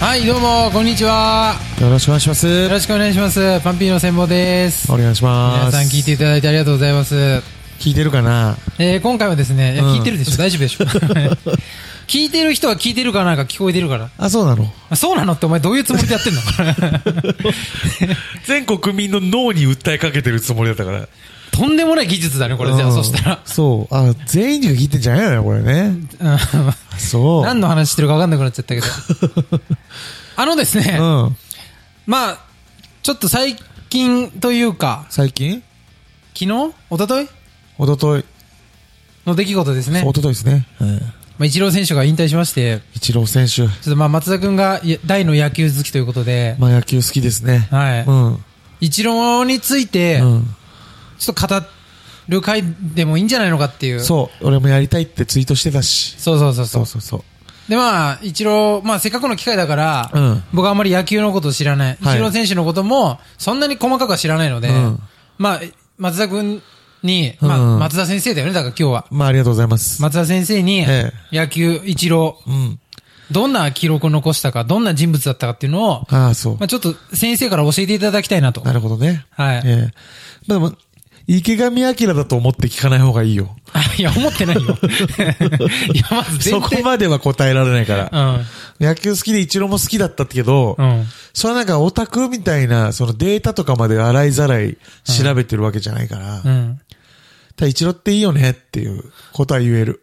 はいどうもこんにちはよろしくお願いします。よろしくお願いしますパンピーの専門ですお願いしま皆す。さん聞いていただいてありがとうございます、聞いてるかなえー、今回はですね、いやうん聞いてるでしょ大丈夫で しょ聞いてる人は聞いてるかなんか聞こえてるからあ、そうなのあそうなのってお前どういうつもりでやってんの 全国民の脳に訴えかけてるつもりだったから。とんでもない技術だねこれじゃあうんそしたら そう。あ、全員が聞いてんじゃないのよ、これね。うん そう。何の話してるか分かんなくなっちゃった けどあのですね、うん。まあちょっと最近というか最近昨日一昨日一昨日の出来事ですね一、昨日ですね。うん。まあ、イチロー選手が引退しまして一郎選手。ちょっとまあ松田君がいや大の野球好きということで、まあ野球好きですね。はいうん。一郎についてうん。ちょっと語る回でもいいんじゃないのかっていううそう。俺もやりたいってツイートしてたし。そうそうそうそそううそうそう。でまあ一郎、まあ、せっかくの機会だから、うん僕はあんまり野球のことを知らない、はい一郎選手のこともそんなに細かくは知らないので、うんまあ松田君に、まあうん松田先生だよねだから今日はまあありがとうございます。松田先生にえ野球一郎うん。どんな記録を残したかどんな人物だったかっていうのを、ああ、そうまあ、。ちょっと先生から教えていただきたいなとなるほどね。はいええ。まあでも、池上彰だと思って聞かない方がいいよ。あ いや、思ってないよ。 いや、まずそ前こ提。までは答えられないから。野球好きで一郎も好きだったけど、うん。うん。それはなんかオタクみたいな、そのデータとかまで洗いざらい調べてるわけじゃないから、うたん。 だ一郎っていいよねっていうことは言える。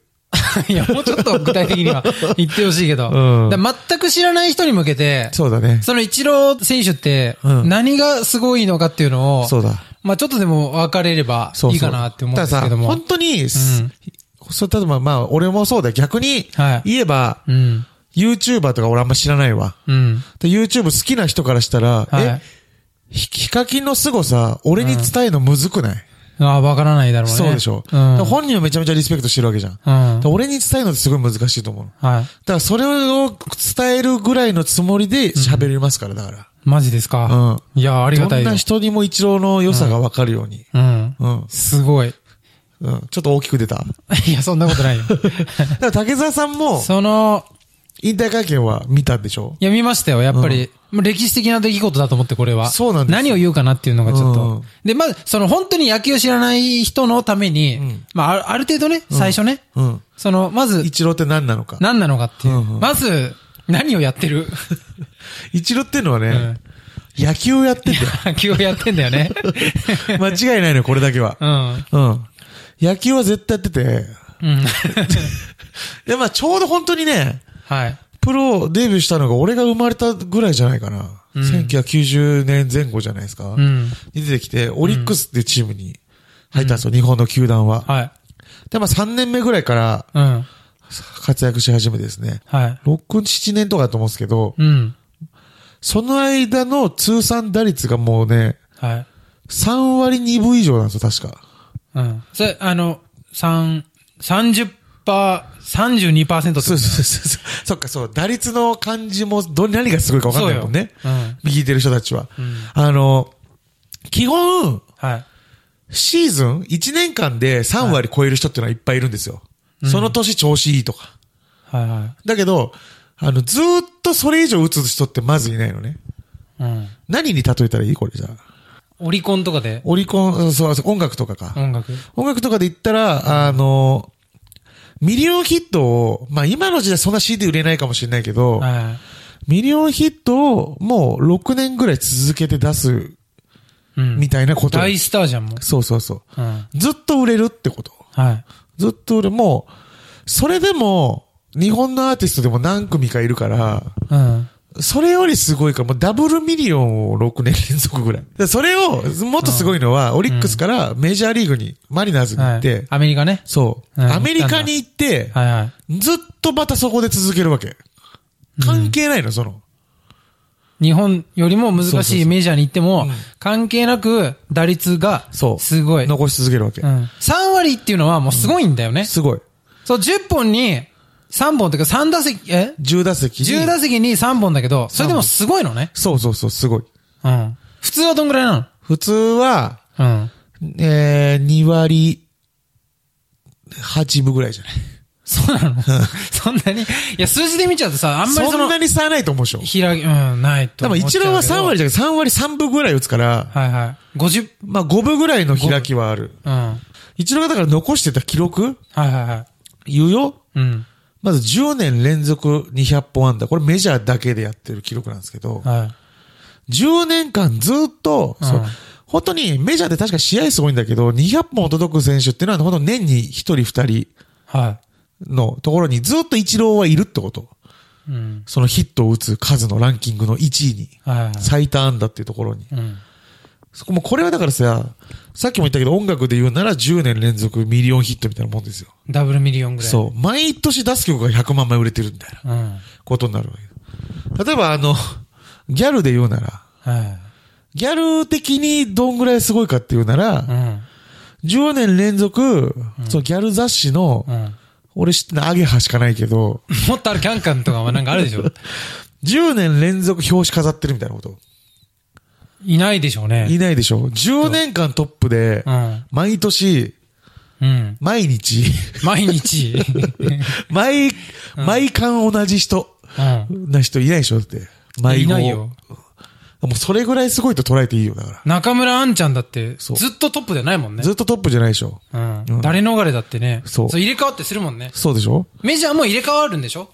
いや、もうちょっと具体的には言ってほしいけど。うんだから全く知らない人に向けて、そうだね。その一郎選手って、うん何がすごいのかっていうのを、そうだ。まあちょっとでも分かれればそうそう。いいかなって思うんですけただどさ、も。本当に、そう、例えばまあ、俺もそうだよ。逆にはい、言えば、うん。 YouTuber とか俺あんま知らないわ。うん。で YouTube 好きな人からしたら、はいえ、ヒヒカキンの凄さ、俺に伝えるのむずくない、ああ、分からないだろうね。そうでしょ、う。うんうん。本人はめちゃめちゃリスペクトしてるわけじゃん。はで俺に伝えるのってすごい難しいと思うの。い。だからそれを伝えるぐらいのつもりで喋りますから、だから。マジですか。いや、ありがたどいんよな。人にも一郎の良さがわかるように。うん。うん。すごい。うん。ちょっと大きく 出た。いや、そんなこと ないよ。だから竹澤さんも、その、引退会見は見たんでしょいや、見ましたよ、やっぱり。もう歴史的な出来事だと思って、これは。そうなんですよ何を言うかなっていうのがちょっと。うんで、まず、その本当に野球を知らない人のために、んまあ、あるある程度ね、最初ね、うん。その、まず、一郎って何なのか。何なのかっていう。うんうんまず、何をやってる一郎っていうのはね、ん野球をやってんだよ。 野球をやってんだよ ね。間違いないのよ、これだけはう。ん。うん。野球は絶対やってて、うん。で、まあちょうど本当にね、はい。プロデビューしたのが俺が生まれたぐらいじゃないかな。うん1990年前後じゃないですか。うん。に出てきて、オリックスっていうチームに入ったんですよ、日本の球団は。はい。で、まあ3年目ぐらいからうん。活躍し始めてですね。はい。 6、7年とかだと思うんですけど、うん。その間の通算打率がもうね、はい。 3割2分以上なんですよ、確か。うん。それ、あの、三、30%、32%ってことだよねそうそうそうそう。そっか、そう。打率の感じも、ど、何がすごいか分かんないもんね。そうようん聞いてる人たちは。んあの、基本、はい。シーズン、1年間で3割超える人っていうのはいっぱいいるんですよ。その年調子いいとか。はいはだけど、あの、ずーっとそれ以上打つ人ってまずいないのね。い。うん。何に例えたらいいこれじゃあ。オリコンとかでオリコン、うんそう、そう音楽とかか。音楽。音楽とかで言ったら、あの、ミリオンヒットを、まあ今の時代そんな CD 売れないかもしれないけど、はミリオンヒットをもう6年ぐらい続けて出すい。うんみたいなこと。大スターじゃん、もそうそうそう。う。うん。ずっと売れるってこと。はい。ずっと売れ、もう、それでも、日本のアーティストでも何組かいるから、うん。それよりすごいから、もうダブルミリオンを6年連続ぐらい。でそれを、もっとすごいのは、オリックスからメジャーリーグに、マリナーズに行はっいて。、アメリカね。そう、うんアメリカに行って、はいはい。ずっとまたそこで続けるわけ。関係ないの、その。日本よりもそ難うそうしそいうメジャーに行ってもうん、関係なく打率が、そうすごい。うん。残し続けるわけ。 3割っていうのはもうすごいんだよね。すごい。そう、10本に3本というか3打席、え10打席に。 ?10 打席に3本だけど、それでもすごいのね。そうそうそう、すごい。うん。普通はどんぐらいな普通は、のうん。えー、2割、8分ぐらいじゃない。そう なのそんなにいや、数字で見ちゃうとさ、あんまりそそんの、なに差ないと思うでしょ。開き、うん、ないと多思っ分ちゃうけ一ど。郎は3割じゃなくて3割3分ぐらい打つから、はいはい。50、まあ5分ぐらいの開きはある。うん。はい一郎がだから残してた記録はいはい。言うようん。まず10年連続200本安打。これメジャーだけでやってる記録なんですけど、は10年間ずっと、うんそう本当にメジャーで確か試合数多いんだけど、200本届く選手っていうのは本当年に1人2い。は人のところにずっと一郎はいるってこと。い。うん。そのヒットを打つ数のランキングの1位に。はいはい。最多安打っていうところに。うん。そこもうこれはだからさ、さっきも言ったけど音楽で言うなら10年連続ミリオンヒットみたいなもんですよ。ダブルミリオンぐらい。そう。毎年出す曲が100万枚売れてるみたいなう。うん。ことになるわけ。例えばあの、ギャルで言うなら、はギャル的にどんぐらいすごいかっていうならい。う、ん。 10年連続、そのギャル雑誌のう、ん。俺知ってるのアゲハしかないけど、もっとあるキャンカンとかはなんかあるでしょ 10年連続表紙飾ってるみたいなこと。いないでしょういね。ないでしょ ?10 年間トップでう、ん。毎年、うん。毎日、 毎 日。うん。 毎、毎巻同じ人、な人いないでしょだって。毎い号ないよ。。もうそれぐらいすごいと捉えていいよ、だから。中村あんちゃんだって、ずそうっとトップじゃないもんね。ずっとトップじゃないでしょうんうん。誰逃れだってね。そう入れ替わってするもんね。そうでしょメジャーも入れ替わるんでしょ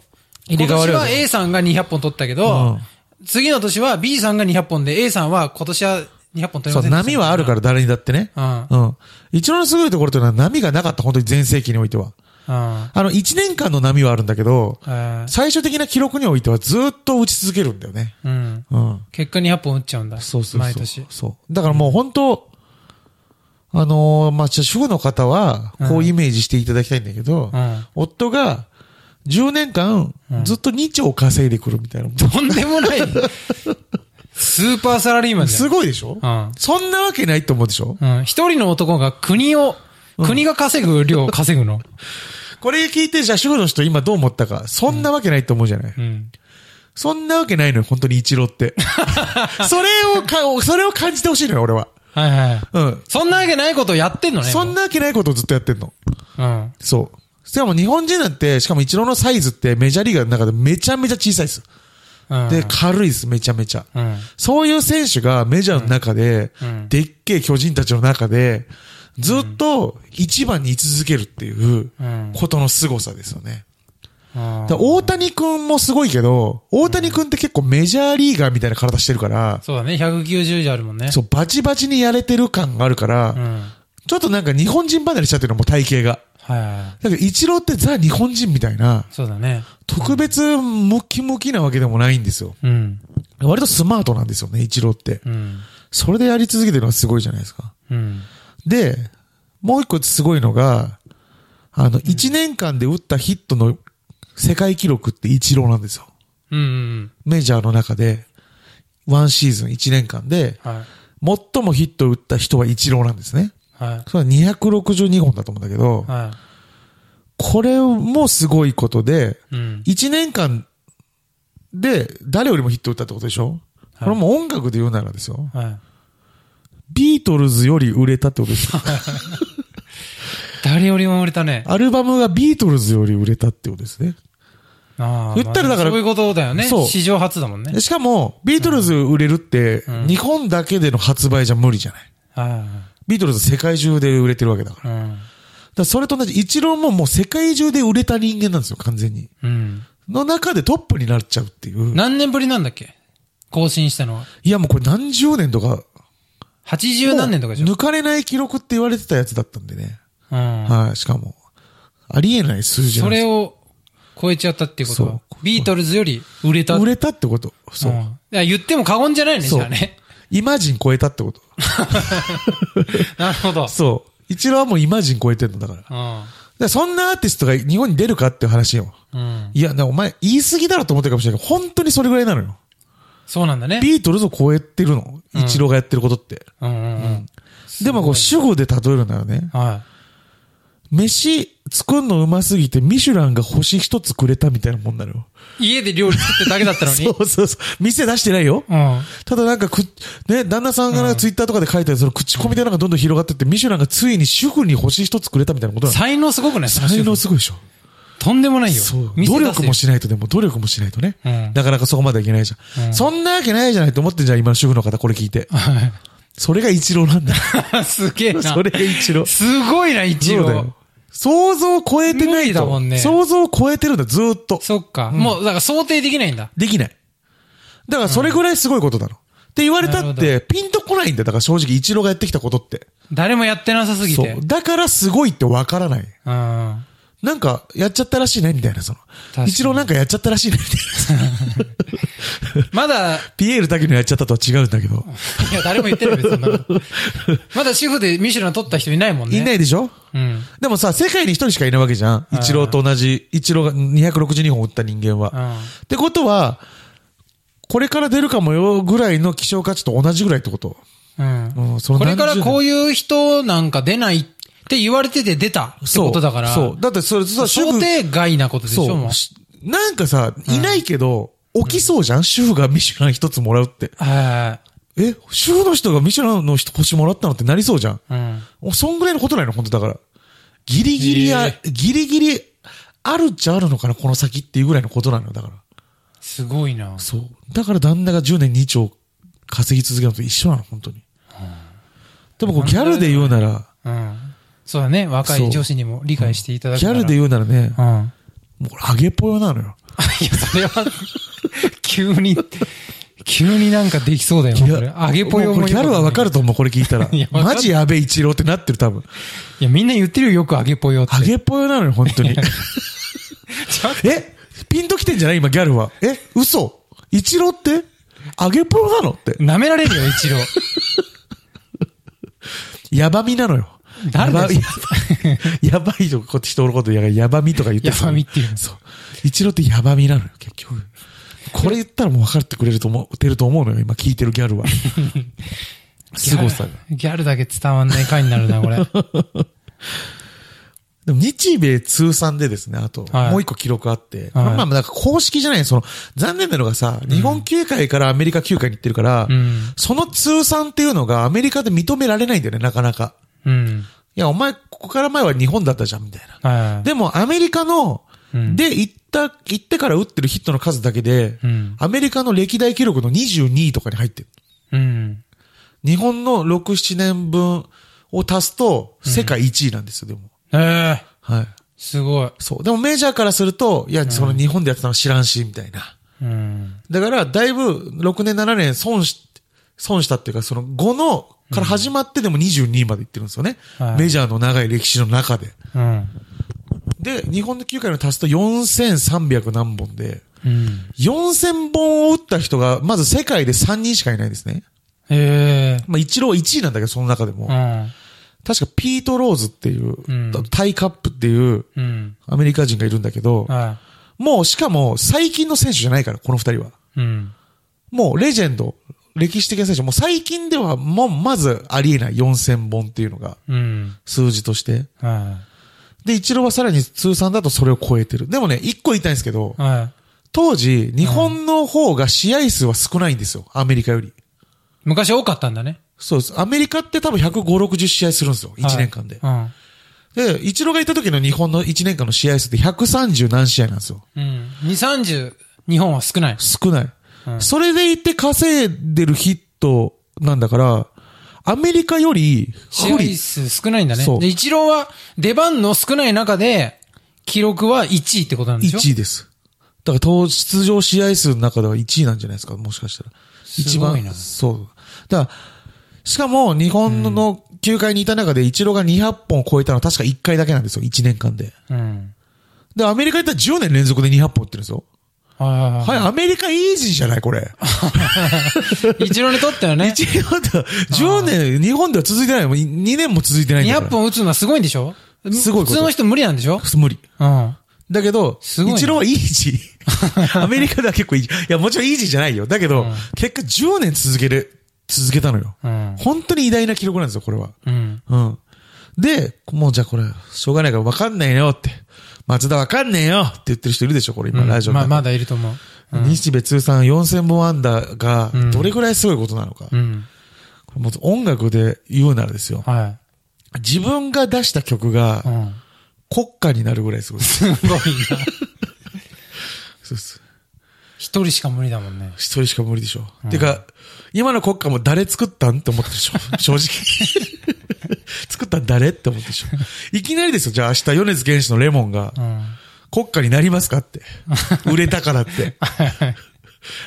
入れ替わるよ今年は A さんが200本取ったけど、次の年は B さんが200本で、A さんは今年は200本取りそまう、せんでした波はあるから誰にだってね。ら。うん。うん。一郎のすごいところというのは波がなかった、本当に全盛期においては。うん。あの、1年間の波はあるんだけど、えー最終的な記録においてはずっと打ち続けるんだよね。うん。うん。結果200本打っちゃうんだ。そうそうそう。毎年。そう。だからもう本当、あのーまあ、主婦の方は、こうイメージしていただきたいんだけど、うん。夫が、10年間、ずっと2兆稼いでくるみたいな。とんでもない。スーパーサラリーマンじゃすごいでしょ、ん。そんなわけないと思うでしょうん。うん。一人の男が国を、国が稼ぐ量を稼ぐの。これ聞いて、じゃあ主婦の人今どう思ったか、そんなわけないと思うじゃない、うん。そんなわけないのよ、本当に一 郎って。それをか、それを感じてほしいのよ、俺は。はいはい。うん。そんなわけないことをやってんのね。そんなわけないことをずっとやってんの。もう。そう。しかも日本人なんて、しかも一郎のサイズってメジャーリーガーの中でめちゃめちゃ小さいです。うん。うん。で、軽いです、めちゃめちゃ。うん。そういう選手がメジャーの中で、うんでっけえ巨人たちの中で、ずっと一番に居続けるっていううん。ことの凄さですよね。うんだから大谷くんもすごいけど、大谷くんって結構メジャーリーガーみたいな体してるから、そうだね。190じゃあるもんね。そう、バチバチにやれてる感があるから、うん。ちょっとなんか日本人離れしちゃってるのもう体型が。はいはいはい。だけど、一郎ってザ日本人みたいな、そうだね。特別ムキムキなわけでもないんですよ。うん。割とスマートなんですよね、一郎って。うん。それでやり続けてるのはすごいじゃないですか。うん。で、もう一個すごいのが、あの、一年間で打ったヒットの世界記録って一郎なんですよ。うんうん。メジャーの中で、ワンシーズン一年間で、はい。最もヒットを打った人は一郎なんですね。はそれは262本だと思うんだけどい。、はこれもすごいことで、い。うん。一年間で誰よりもヒット打ったってことでしょ、はいこれも音楽で言うならですよ。はい。ビートルズより売れたってことですよ。誰よりも売れたね。アルバムがビートルズより売れたってことですね。ああ。言ったらだかまあらそういうことだよね。そう史上初だもんね。しかも、ビートルズ売れるって、うん日本だけでの発売じゃ無理じゃない。はビートルズ世界中で売れてるわけだから。い。うん。だからそれと同じ、一郎ももう世界中で売れた人間なんですよ、完全に。うん。の中でトップになっちゃうっていう。何年ぶりなんだっけ更新したのは。いやもうこれ何十年とか、 80何年とかじゃん。抜かれない記録って言われてたやつだったんでね。うん。はい、しかも。ありえない数字なそんですれを超えちゃったっていうことはそ。ビートルズより売れた。売れたってこと。そう。んいや言っても過言じゃないね、じそうゃあね。 イマジン超えたってこと。なるほど。そう。一郎はもうイマジン超えてんのだから。だかうん。らそんなアーティストが日本に出るかっていう話よ。うん。いや、なお前言い過ぎだろと思ってるかもしれないけど、本当にそれぐらいなのよ。そうなんだね。ビートルズを超えてるの。うん一郎がやってることって。うんうんうん。でもこう、す主語で例えるならね、ごいは飯作んのうますぎてミシュランが星一つくれたみたいなもんなのよ。い。家で料理作ってるだけだったのに。 そうそうそう。店出してないよ。うん。ただなんかく、ね、旦那さんがなんかツイッターとかで書いたり、その口コミでなんかどんどん広がってって、ミシュランがついに主婦に星一つくれたみたいなことなの。才能すごくない才能すごいでしょ。とんでもないよ。そう。見せ努出せよ力もしないと、でも努力もしないとね。うん なかなかそこまではいけないじゃん。そんなわけないじゃないと思ってんじゃん、今の主婦の方これ聞いて。それが一 郎なんだ。すげえな。それが一郎。すごいな、一そうだよ郎。想像を超えて無な理いだと。もんね想像を超えてるんだ、ずーっと。そっか。もう、だから想定できないんだ。できない。だからそれぐらいすごいことだろ。って言われたっなて、ピンとこないんだよ。だから正直、一郎がやってきたことって。誰もやってなさすぎそて。う。だからすごいってわからない。うん。なんか、やっちゃったらしいね、みたいな、そかの。に一郎なんかやっちゃったらしいね、みたいな。まだ、ピエールだけのやっちゃったとは違うんだけど。 いや、誰も言ってない別にそんなこと。 まだ主婦でミシュラン取った人いないもんね。。いないいでしょうん。でもさ、世界に一人しかいないわけじゃん。うん一郎と同じ、一郎が262本打った人間うは。ん。ってことは、これから出るかもよぐらいの希少価値と同じぐらいってこと。う。うんんそのこれから何十年こういう人なんか出ないって言われてて出たってそう。ことだから。そう。。だってそれ、そ想定外なことでしょ、そもうう。。しなんかさ、いないけど、起きそうじゃん主婦がミシュラン一つもらうって。はえ、主婦の人がミシュランの人星もらったのってなりそうじゃんい。うん。もうそんぐらいのことないの本当だから。ギリギリや、えギリギリ、あるっちゃあるのかなこの先っていうぐらいのことなのよだから。すごいな。そう。だから旦那が10年に1兆稼ぎ続けるのと一緒なの、本当に。でもこうギャルで言うなら、うん。そうだね。若そいう女子にも理解していただくギなャら。ルで言うならね、うん。 あもうこれ揚げぽよなのよ。いや、それは、 急に、急になんかできそうだよ。それ揚げぽよもうこれギャルはわかる。ると思う、これ聞いたら いや。わかんないマジやべえ一郎ってなってる、多分。いや、みんな言ってるよ、よく揚げぽよって。揚げぽよなのよ、本当に。ちょっと えピンときてんじゃない今、ギャルは。え嘘一郎って揚げぽよなのって。舐められるよ、一 郎。やばみなのよ。や誰だばよい、やばいとか、こうやって人おることやがやばみとか言ってやばみっていうのそう。一郎ってやばみなのよ、結局。これ言ったらもう分かってくれると思う、てると思うのよ、今聞いてるギャルは。凄さが。ギャルだけ伝わんない回になる な、これ。 でも日米通算でですね、あと、はいもう一個記録あって、はいまあまあ、なんか公式じゃない、その、残念なのがさ、日本球界からアメリカ球界に行ってるから、うん。その通算っていうのがアメリカで認められないんだよね、なかなか。うん。いや、お前、ここから前は日本だったじゃん、みたいな。はい。でも、アメリカの、うんで、行った、行ってから打ってるヒットの数だけで、うん。アメリカの歴代記録の22位とかに入ってる。うん。日本の6、7年分を足すと、世界1位なんですよ、でも。ええはい。すごい。そう。でもメジャーからすると、いや、その日本でやってたの知らんし、みたいな。うん。だから、だいぶ、6年、7年損し、損したっていうか、その5の、から始まってでも22位まで行ってるんですよね。はいメジャーの長い歴史の中で。うん。で、日本の球界の足すと4300何本で、うん。 4000本を打った人が、まず世界で3人しかいないんですね。ええまあ、一郎1位なんだけど、その中でうも。ん。確かピート・ローズっていう、うんタイ・カップっていううん。アメリカ人がいるんだけど、はもう、しかも、最近の選手じゃないから、この二人は。い。うん。もう、レジェンド、歴史的な選手、もう最近では、もう、まずありえない4000本っていうのが、うん。数字として。はで、一郎はさらに通算だとそれを超えてる。でもね、一個言いたいんですけどい。、はい。当時、日本の方が試合数は少ないんですよ。アメリカより。昔多かったんだね。そうです。アメリカって多分150、60試合するんですよ。1年間で。うん。で、一郎がいた時の日本の1年間の試合数って130何試合なんですよ。うん。2、30、日本は少ない。少ない。うんそれでいて稼いでるヒットなんだから、アメリカより試合不利。数少ないんだねそ。うで、一郎は出番の少ない中で、記録は1位ってことなんでしょ1位です。だから当、出場試合数の中では1位なんじゃないですか、もしかしたら。すごいなそう。だから、しかも日本の球界にいた中で一郎が200本を超えたのは確か1回だけなんですよ、1年間で。うん。で、アメリカ行ったら10年連続で200本打ってるんですよ。はいはいはい、アメリカイージーじゃないこれ。 はい。一郎にとってはね、日本では10年、日本では続いてないもん。2年も続いてないんだから。 200本打つのはすごいんでしょすごいこと普通の人無理なんでしょ無理。うん。だけど、すごいな一郎はイージ ー。アメリカでは結構イージー。いや、もちろんイージーじゃないよ。だけど、うん結果10年続ける、続けたのよ。うん。本当に偉大な記録なんですよ、これは。うん。うん。で、もうじゃあこれ、しょうがないからわかんないよって。松田わかんねえよって言ってる人いるでしょ、これ今、ラジオのまあ、中まだいると思う。日米通算4000本安打が、どれぐらいすごいことなのか。うん。これもう音楽で言うならですよ。は自分が出した曲がい。う、ん。 国家になるぐらいすごい。すごいな。そうです。一人しか無理だもんね。一人しか無理でしょ。てか、今の国家も誰作ったんって思ったでしょ。 正直。 作ったん誰って思ったでしょ。いきなりですよ。じゃあ明日、米津玄師のレモンがう、ん。国家になりますかって。売れたから って。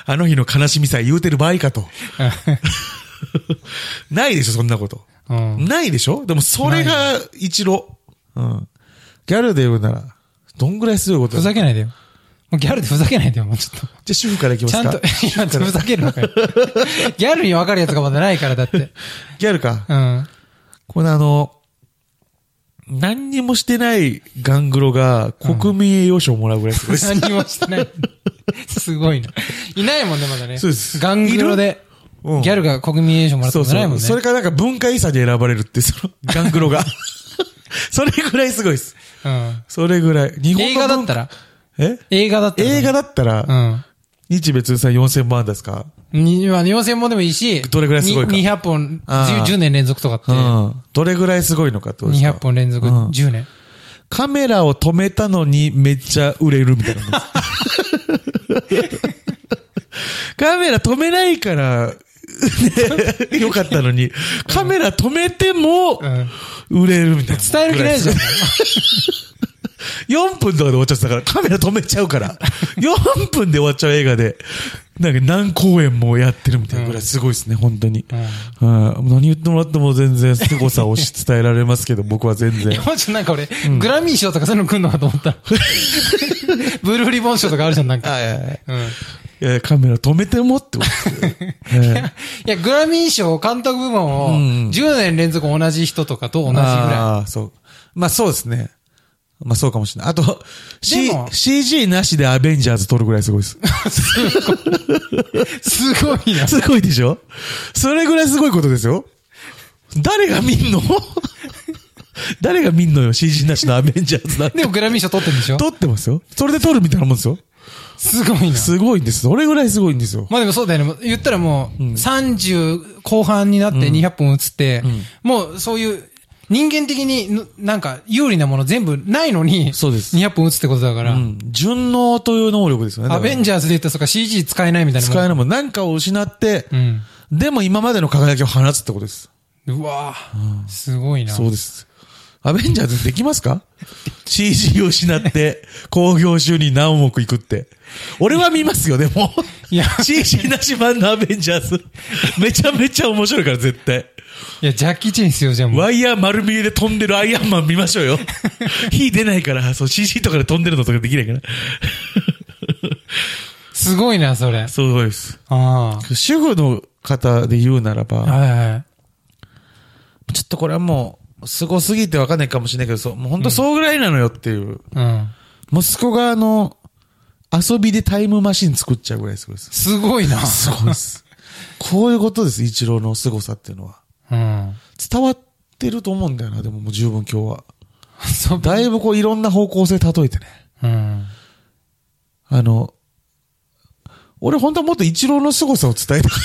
あの日の悲しみさえ言うてる場合かと。ないでしょ、そんなこと。うん。ないでしょでもそれが一郎。うん。ギャルで言うなら、どんぐらいすごいことふだざけないでよ。もうギャルでふざけないでよ、もうちょっと。じゃあ主婦からいきまちすゃんかと、いや、ふざけるのかよ。ギャルにわかるやつがまだないから、だって。ギャルか。うん。このあの、何にもしてないガングロが国民栄養賞をもらうぐらいすごいです。何もしてない。すごいな。いないもんね、まだね。そうですガングロで、うんギャルが国民栄誉賞もらったそこうとそないもんう。ね。それからなんか文化遺産に選ばれるって、その ガングロが。 それぐらいすごいです。うん。それぐらい。日映画だったららえ映画だったらね映画だったら、日米通算4000万ですかうん。に、まあ、4000本でもいいし、どれぐらいすごいかに ?200 本あ10、ー10年連続とかってう、ん。どれぐらいすごいのかってことですか200本連続うん10年。カメラを止めたのにめっちゃ売れるみたいなもんです。 カメラ止めないから、ね、よかったのに、カメラ止めてもうん。売れるみたいな。伝える気ないじゃん。 4分とかで終わっちゃってたから、カメラ止めちゃう から。4分で終わっちゃう映画で。なんか何公演もやってるみたいなぐらいすごいですね、本当に。うん、何言ってもらっても全然凄さをし伝えられますけど、僕は全 然。もうちょっとなんか俺、グラミー賞とかそういうの来んのかと思 った。ブルーリボン賞とかあるじゃん、なんか。いはいうん。いや、カメラ止めてもってことですよねや、グラミー賞監督部門をうん10年連続同じ人とかと同じぐらああ、そう。まあそうですね。まあそうかもしれない。あと、C でも、 CG なしでアベンジャーズ撮るぐらいすごいです。い。すごいな。すごいでしょそれぐらいすごいことですよ。誰が見ん の誰が見んのよ ?CG なしのアベンジャーズだって。でもグラミー賞取ってんでしょ撮ってますよ。それで撮るみたいなもんですよ。すごいな。すごいんです。それぐらいすごいんですよ。まあでもそうだよね。もう言ったらもう、30後半になって200本打つって、もうそういう、人間的にぬ、なんか、有利なもの全部ないのに、そうです200本打つってことだから、うん。順応という能力ですよね。アベンジジャーズで言ったらそっか CG 使えないみたいなもん。使えないもん。何かを失って、うん。でも今までの輝きを放つってことです。うわぁ、すごいな。そうです。アベンジャーズできま すか ?CG を失って、興行収入何億いくって。俺は見ますよ、で も。いや CG なし版のアベンジャーズ。めちゃめちゃ面白いから、絶対。いや、ジャッキー・チェンですよ、じゃあもう。ワイヤー丸見えで飛んでるアイアンマン見ましょう よ。火出ないから、そう CG とかで飛んでるのとかできないから。すごいな、それ。そうです。あ主婦の方で言うならばあ。、はいはい。ちょっとこれはもう、凄すぎてわかんないかもしれないけど、そう、もう本当そうぐらいなのよっていう。うん。息子があの、遊びでタイムマシン作っちゃうぐらいすごいです。すごいな。すごいです。こういうことです、一郎の凄さっていうのは。うん。伝わってると思うんだよな、でももう十分今日は。そう。だいぶこういろんな方向性例えてね。うん。あの、俺本当はもっと一郎の凄さを伝えたかっ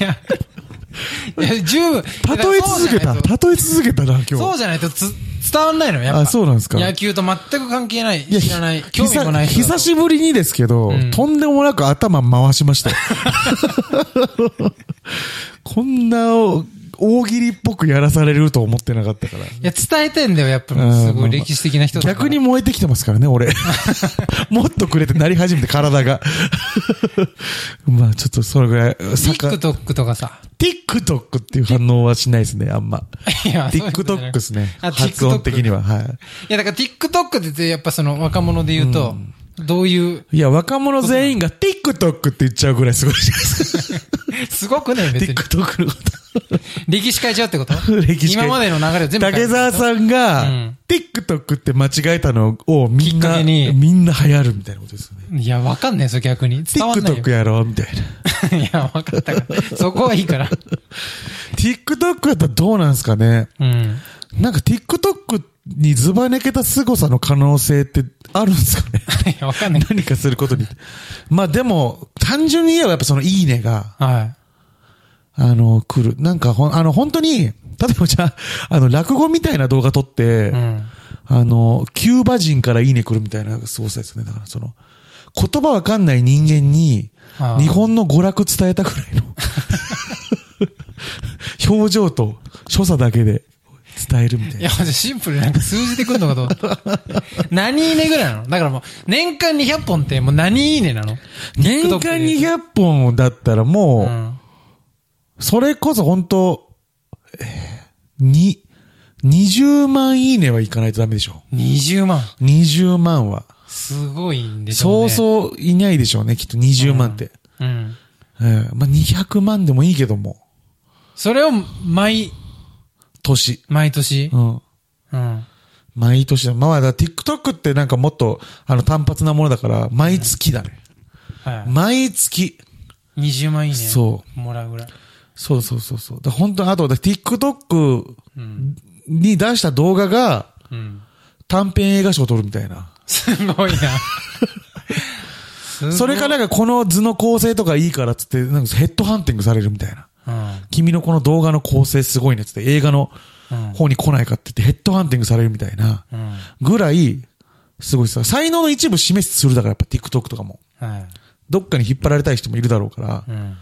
いや、 いや、十分。た。例え続けた。いやそうじゃないと例え続けたな、今日。そうじゃないとつ伝わんないのよ、やっぱ。あ、そうなんですか。野球と全く関係ない。や知らない。興味もない人久久だと。しぶりにですけど、うんとんでもなく頭回し ましたよ。こんな大喜利っぽくやらされると思ってなかったから。いや、伝えてんだよ、やっぱ。うんすごい歴史的な人だから逆に。燃えてきてますから ね、俺。もっとくれてなり始めて体が。まあちょっとそれぐらい。サッカー TikTok とかさ。 TikTok っていう反応はしないですね、あんま。いや、そういうことじゃな TikTok いですね。あ発音的には。はい。いや、だから TikTok ってやっぱその若者で言うと、どういう、いや、若者全員が TikTok って言っちゃうぐらいすごいじゃないですか。すごくね、別に。 TikTok のこと。歴史変えちゃうってこと 歴史変え今までの流れを全部変え竹ちゃう澤さんが、うん TikTok って間違えたのをみんきっかな、けにみんな流行るみたいなことですよね。いや、わかんないそれ逆に。伝わんないよ。 TikTok やろうみたいな。 いや、わかったから。そこはいいから。 TikTok やったらどうなんですかねうん。なんか TikTok にズバ抜けた凄さの可能性ってあるんですかねいや、わかんない。何かすることに。まあでも、単純に言えばやっぱそのいいねが、はあの、来る。なんかほん、あの、本当に、例えばじゃあ、あの、落語みたいな動画撮って、い。うん。あの、キューバ人からいいね来るみたいなすごさですね。だからその、言葉わかんない人間にあ、ー日本の娯楽伝えたくらいの、 表情と所作だけで伝えるみたいいなや、。マジシンプルになんか数字で来るのかと思った。何いいねぐらいなのだからもう、年間200本ってもう何いいねなの年間 TikTok で言う200本だったらもとう、うんそれこそ本当、えーに、20万いいねはいかないとダメでしょ。 20万。 20万は。すごいんでしょうね。そうそういないでしょうね、きっと20万って。う。うん。ええまあ、200万でもいいけども、それを毎、年。毎年う。ん。うん。毎年だ。まあ、だから TikTok ってなんかもっと、あの、単発なものだから、毎月だね。は毎月。い。20万いいね。。そうもらうぐらい。そうそうそうそう。だから本当あと、だから TikTok うん。に出した動画が、うん。短編映画賞を取るみたいな。すごい な。すごいそれか、らなんかこの図の構成とかいいからっつって、なんかヘッドハンティングされるみたいな。うん。君のこの動画の構成すごいねっつって映画のうん。方に来ないかって言ってヘッドハンティングされるみたいなうん。ぐらい、すごいさ、才能の一部示するだからやっぱ TikTok とかも。はい。どっかに引っ張られたい人もいるだろうから、やっうん。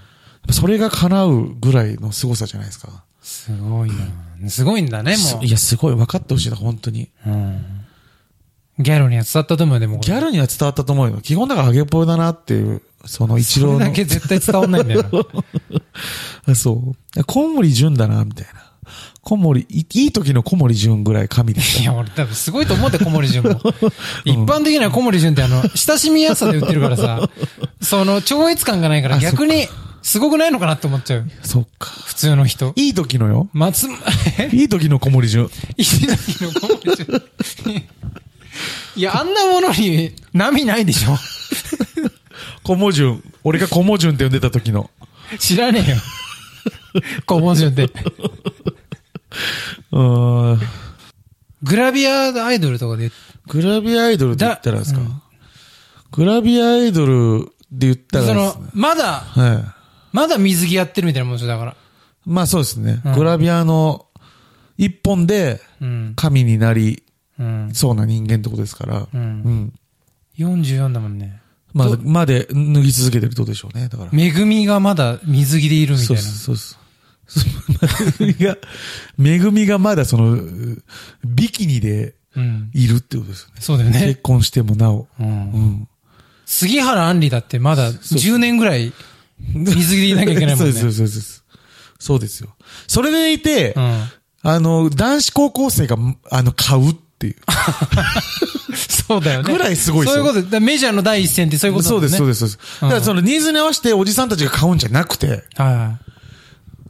ぱそれが叶うぐらいの凄さじゃないですか。すごいな。すごいんだね、もすいや、すごい分かってほしいな、本当に。う。うん。ギャルには伝わったと思うよ、でもこれギャルには伝わったと思うよ。基本だからハゲぽよだなっていう、その一そ郎れだの。け絶対伝わんないん だよな。あそう。小森淳だな、みたいな。小森、いいい時の小森淳ぐらい神でしたい。や、俺多分すごいと思って、小森 淳も。一般的には小森淳ってあの、親しみやすさで売ってるから さ、その、超越感がないからあそっか逆に、すごくないのかなって思っちゃう。 そっか。普通の人。いい時のよ。松、えいい時の小森淳。石崎の小森淳。 いや、あんなものに、波ないでしょ。小森淳。俺が小森淳って呼んでた時の。知らねえよ。小森淳って。うーん。グラビアアイドルとかで、グラビアアイドルって言ったらですか、グラビアアイドルで言ったらそでのすね、。まだ、はい。まだ水着やってるみたいなもんでしょ、だから。まあそうですね。うんグラビアの一本でうん。神になりうん。そうな人間ってことですから。う。うんん。 44だもんね。まあど、まで脱ぎ続けてるってことでしょうね。だから。めぐみがまだ水着でいるみたそいうな。です、そうです。 そう恵みが、恵みがまだその、うビキニでうん。いるってことですよね。そうだよね結。婚してもなお。う。うんん。杉原杏里だってまだそう10年ぐらい水着でいなきゃいけないもんね。 そうです、そうですそうです。そうですよ。それでいて、うん。あの、男子高校生が、あの、買うっていう。そうだよね。ぐらいすごいですそういうよこと。だからメジャーの第一戦ってそういうことそうです、そうでです、そうです。だからそのニーズに合わせておじさんたちが買うんじゃなくて、す。は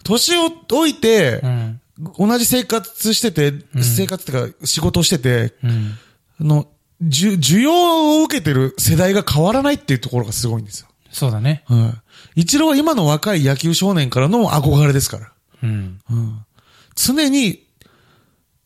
年を置いてい。う、ん。同じ生活してて、生活っていうか仕事をしてて、うん。あの、じゅ需要を受けてる世代が変わらないっていうところがすごいんですよ。そうだね。はい。一郎は今の若い野球少年からの憧れですから。うん。うん。常に、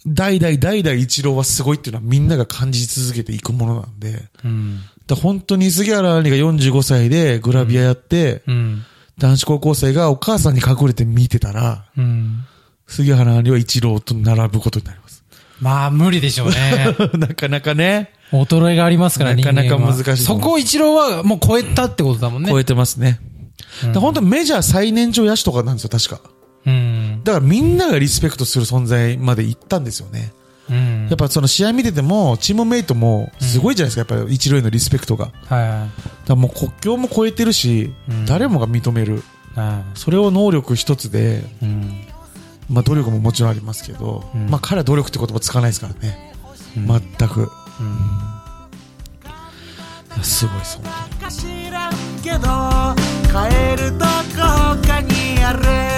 代々代々一郎はすごいっていうのはみんなが感じ続けていくものなんで、だかうん。ら本当に杉原兄が45歳でグラビアやって、うん。男子高校生がお母さんに隠れて見てたら、うん。杉原兄は一郎と並ぶことになります。まあ、無理でしょうね。 なかなかね、衰えがありますから、なかなか人間は難しいと思うそこを一郎はもう超えたってことだもんね。超えてますね。うんだから本当メジャー最年長野手とかなんですよ、確か。うん。だからみんながリスペクトする存在まで行ったんですよね。うん。やっぱその試合見てても、チームメイトもすごいじゃないですか、やっぱり一郎へのリスペクトが。だかはらもう国境も超えてるし、うん誰もが認める。い。はそれを能力一つで、い。うん。まあ努力ももちろんありますけど、うんまあ彼は努力って言葉使わないですからね。全く。すごいです、本当にかしらんけど帰るとこ他にある